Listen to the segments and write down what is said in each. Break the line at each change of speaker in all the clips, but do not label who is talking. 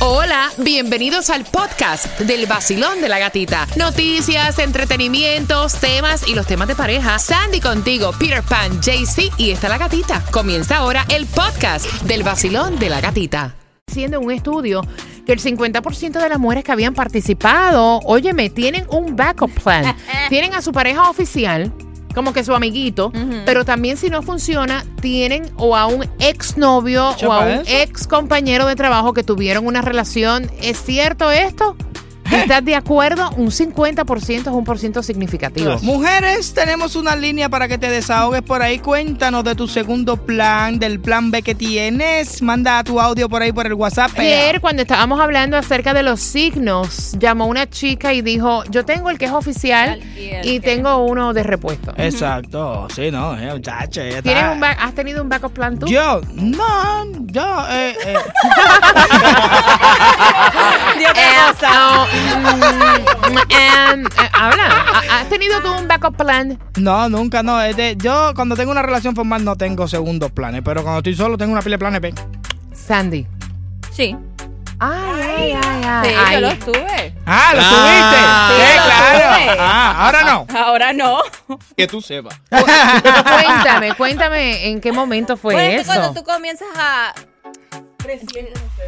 Hola, bienvenidos al podcast del vacilón de la gatita. Noticias, entretenimientos, temas y los temas de pareja. Sandy contigo, Peter Pan, JC y está la gatita. Comienza ahora el podcast del vacilón de la gatita. Haciendo un estudio que el 50% de las mujeres que habían participado, óyeme, tienen un backup plan. tienen a su pareja oficial, como que su amiguito, pero también si no funciona, tienen o a un exnovio o a
Chapa
un
eso.
ex compañero de trabajo que tuvieron una relación. ¿Es cierto esto? ¿Estás de acuerdo? Un 50% es un por ciento significativo.
Mujeres, tenemos una línea para que te desahogues por ahí. Cuéntanos de tu segundo plan, del plan B que tienes. Manda tu audio por ahí por el WhatsApp.
Ayer, cuando estábamos hablando acerca de los signos, llamó una chica y dijo, yo tengo el que es oficial y tengo uno de repuesto.
Exacto, sí, no, eh, muchacho, ya Eh, está.
¿Tienes un ba- ¿Has tenido un backup plan tú?
Yo, no, yo, eh, eh,
Eh,
ah,
no, mm, mm, em, eh, habla. ¿Ha- ¿Has tenido tú un backup plan?
no, nunca, no. es de- yo cuando tengo una relación formal no tengo segundos planes, pero cuando estoy solo tengo una pila de planes. ve.
Sandy.
Sí.
Ay, ay, ay, ay.
Sí, yo
Ay.
los tuve.
Ah, lo
Ah.
tuviste.
Sí,
Sí,
lo
claro.
tuve.
Ah, ahora no.
Ahora no.
Que tú sepas.
Ah, Cuéntame, cuéntame en qué momento fue
Bueno, es que
Pues eso.
cuando tú comienzas a.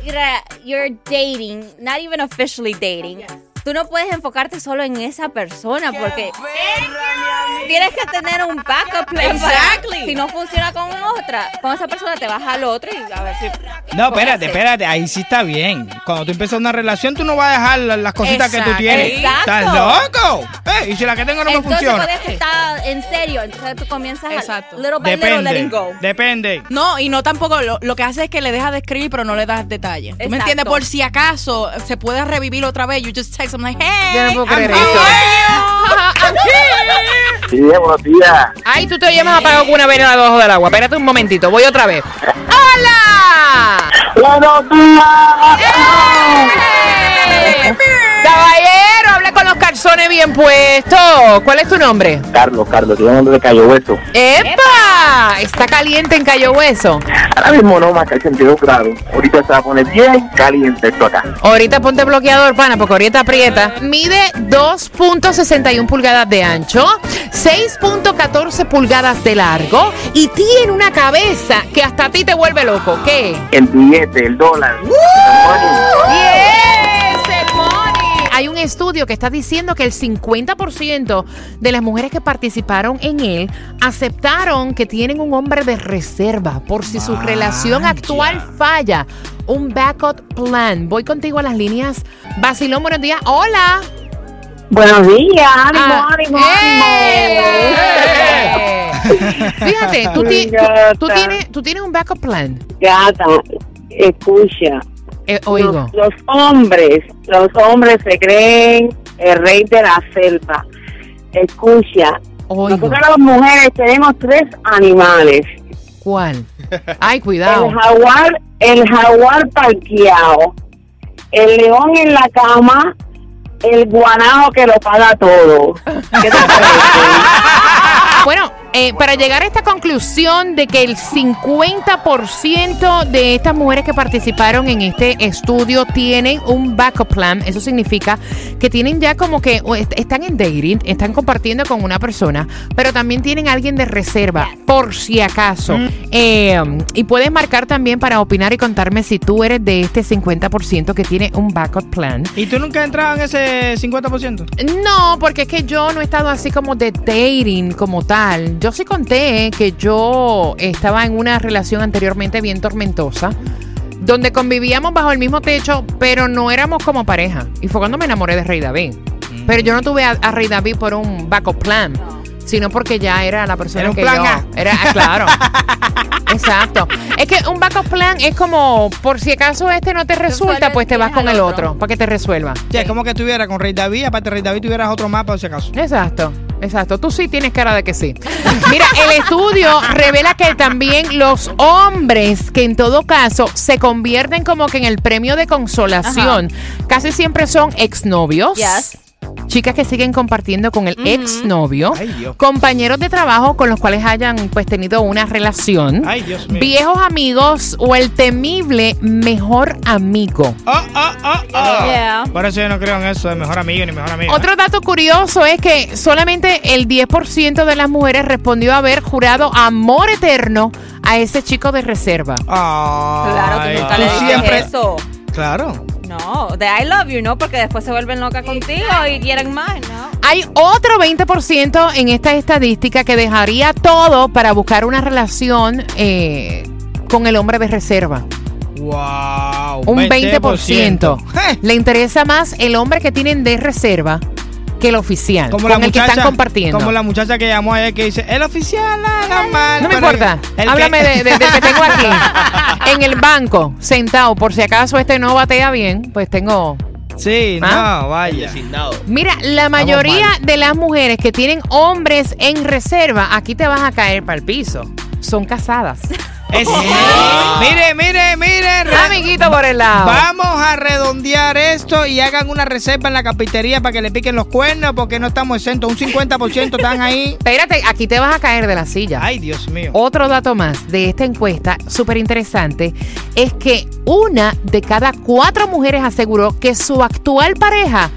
Ra- You're dating, not even officially dating. Tú no puedes enfocarte solo en esa persona porque tienes que tener un backup plan. Exactly. si no funciona con otra, con esa persona te vas al otro y a ver si.
No, espérate, espérate, ahí sí está bien. Cuando tú empiezas una relación, tú no vas a dejar la- las cositas que tú
Exacto.
tienes.
Exacto.
¡Estás loco! Eh, y si la que tengo no me
Entonces
funciona.
puedes estar en serio. Entonces tú comienzas a.
Exacto.
Little by little
Depende.
letting go.
Depende.
No, y no tampoco, lo, lo que hace es que le dejas de escribir, pero no le das detalles. ¿Tú me
Exacto.
entiendes? Por si acaso se puede revivir otra vez, you just text them like,
Yo no
hey.
puedo creer
I'm
esto.
ah,
Ah,
Sí, buenos días.
Ay, tú te llamas apagado con una vela debajo del agua. Espérate un momentito, voy otra vez. ¡Hola!
¡Buenos días!
¡Eh! Caballero, habla con los calzones bien puestos. ¿Cuál es tu nombre?
Carlos, Carlos, soy un hombre de Cayo Hueso.
¡Epa! Está caliente en Cayo Hueso.
Ahora mismo no, más que el 32 grados. Ahorita se va a poner bien caliente esto acá.
Ahorita ponte bloqueador, pana, porque ahorita aprieta. Mide 2.61 pulgadas de ancho, 6.14 pulgadas de largo y tiene una cabeza que hasta a ti te vuelve loco. ¿Qué?
El billete, el dólar. el money.
Yes, el money. Hay un estudio que está diciendo que el 50% de las mujeres que participaron en él aceptaron que tienen un hombre de reserva por si su relación actual falla. Un backup plan. Voy contigo a las líneas. Basilón, buenos días. Hola.
Buenos días, ánimo,
Ah,
ánimo, ánimo.
¡eh! Fíjate, tú, ti- tú- tú
Gata.
tienes, tú tienes un backup plan.
Gata, escucha.
Eh, oigo.
Los, los hombres, los hombres se creen el rey de la selva. Escucha.
Oigo.
Nosotras las mujeres tenemos tres animales.
¿Cuál? Ay, cuidado.
El jaguar, el jaguar parqueado, el león en la cama, el guanajo que lo paga todo. ¿Qué te parece?
Bueno, eh, para llegar a esta conclusión de que el 50% de estas mujeres que participaron en este estudio tienen un backup plan, eso significa que tienen ya como que o est- están en dating, están compartiendo con una persona, pero también tienen a alguien de reserva, por si acaso. Eh, y puedes marcar también para opinar y contarme si tú eres de este 50% que tiene un backup plan.
¿Y tú nunca has entrado en ese 50%?
No, porque es que yo no he estado así como de dating como tal. Yo sí conté que yo estaba en una relación anteriormente bien tormentosa, donde convivíamos bajo el mismo techo, pero no éramos como pareja. Y fue cuando me enamoré de Rey David.
Mm.
Pero yo no tuve a, a Rey David por un backup plan, sino porque ya era la persona
Era un
que
plan
yo...
A.
Era, ah, claro. Exacto. Es que un backup plan es como, por si acaso este no te resulta,
Resuelve,
pues te vas
tienes
con
al
el
otro.
otro, para que te resuelva.
Sí, es como que estuviera con Rey David, aparte Rey David tuvieras otro mapa, por si acaso.
Exacto, exacto. Tú sí tienes cara de que sí. Mira, el estudio revela que también los hombres que en todo caso se convierten como que en el premio de consolación, casi siempre son exnovios.
Yes.
chicas que siguen compartiendo con el exnovio,
Ay, Dios.
compañeros de trabajo con los cuales hayan pues tenido una relación,
Ay, Dios mío.
viejos amigos o el temible mejor amigo.
Oh, oh, oh, oh.
Yeah.
Por eso yo no creo en eso de mejor amigo ni mejor amiga.
Otro dato curioso es que solamente el 10% de las mujeres respondió haber jurado amor eterno a ese chico de reserva.
Ay,
Claro, tú nunca
tú
le dices
siempre-
eso.
Claro.
No, de I love you, ¿no? Porque después se vuelven locas contigo y quieren más, ¿no?
Hay otro 20% en esta estadística que dejaría todo para buscar una relación eh, con el hombre de reserva.
Wow.
Un 20%.
Eh.
Le interesa más el hombre que tienen de reserva que el oficial,
Como
con
la
el
muchacha,
que están compartiendo.
Como la muchacha que llamó ayer que dice, el oficial haga mal.
No me
pero
importa.
el que-
Háblame de- de- del que tengo aquí. En el banco, sentado, por si acaso este no batea bien, pues tengo.
Sí,
¿Ah?
no, vaya.
Designado.
Mira, la mayoría de las mujeres que tienen hombres en reserva, aquí te vas a caer para el piso. Son casadas.
Es- mire, mire, mire. re-
Amiguito por el lado.
Vamos a redondear esto y hagan una reserva en la capitería para que le piquen los cuernos porque no estamos exentos. Un 50% están ahí.
Espérate, aquí te vas a caer de la silla.
Ay, Dios mío.
Otro dato más de esta encuesta, súper interesante, es que una de cada cuatro mujeres aseguró que su actual pareja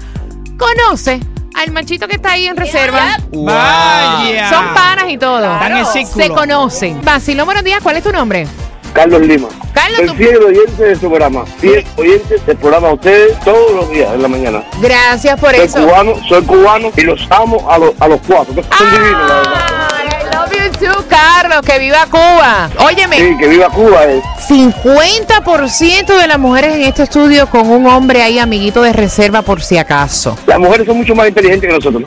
conoce al machito que está ahí en reserva.
Vaya.
Son panas y todo.
Están en
Se
círculo.
conocen. Vacilón, buenos días. ¿Cuál es tu nombre?
Carlos Lima.
Carlos,
El
tú-
fiel oyente de su programa. Fiel oyente del programa de ustedes todos los días en la mañana.
Gracias por
Soy
eso.
cubano, soy cubano y los amo a, los a los cuatro. que Son divinos, la verdad.
Ay, Ah, I love you too, Carlos. Que viva Cuba. Óyeme,
Sí, que viva Cuba. eh.
50% de las mujeres en este estudio con un hombre ahí amiguito de reserva por si acaso.
Las mujeres son mucho más inteligentes que nosotros.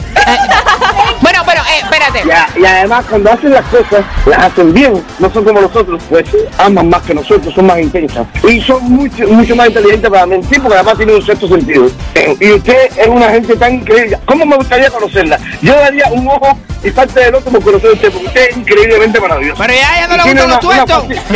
Bueno, pero eh, espérate.
Y, a- y además, cuando hacen las cosas, las hacen bien. No son como nosotros, pues aman más que nosotros, son más intensas. Y son mucho, mucho más inteligentes para mentir, porque además tienen un cierto sentido. Eh, Y usted es una gente tan increíble. ¿Cómo me gustaría conocerla? Yo daría un ojo y parte del otro por conocer a usted, porque usted es increíblemente maravilloso.
Pero ya, ya no le
Tiene
gustan los
una- una
tuertos.
faci-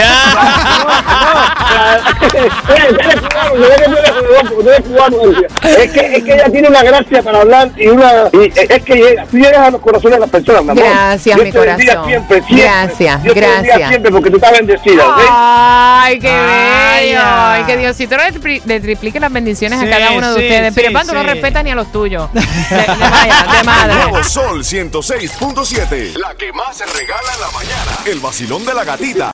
es que, es que ella tiene una gracia para hablar y una y es que llega, tú llegas a los corazones de las personas, mi amor.
Gracias,
Dios
mi
te bendiga
corazón.
Siempre, siempre.
Gracias,
Dios te bendiga
gracias.
siempre porque tú estás bendecida, ¿ok?
Ay, qué
Ay,
bello.
ah.
Ay, que Diosito le, tri- le triplique las bendiciones
Sí,
a cada uno de
sí,
ustedes.
sí,
Pero cuando no
sí.
respetas ni a los tuyos. De, de vaya, de
El
madre.
nuevo Sol 106.7. La que más se regala en la mañana. El vacilón de la gatita.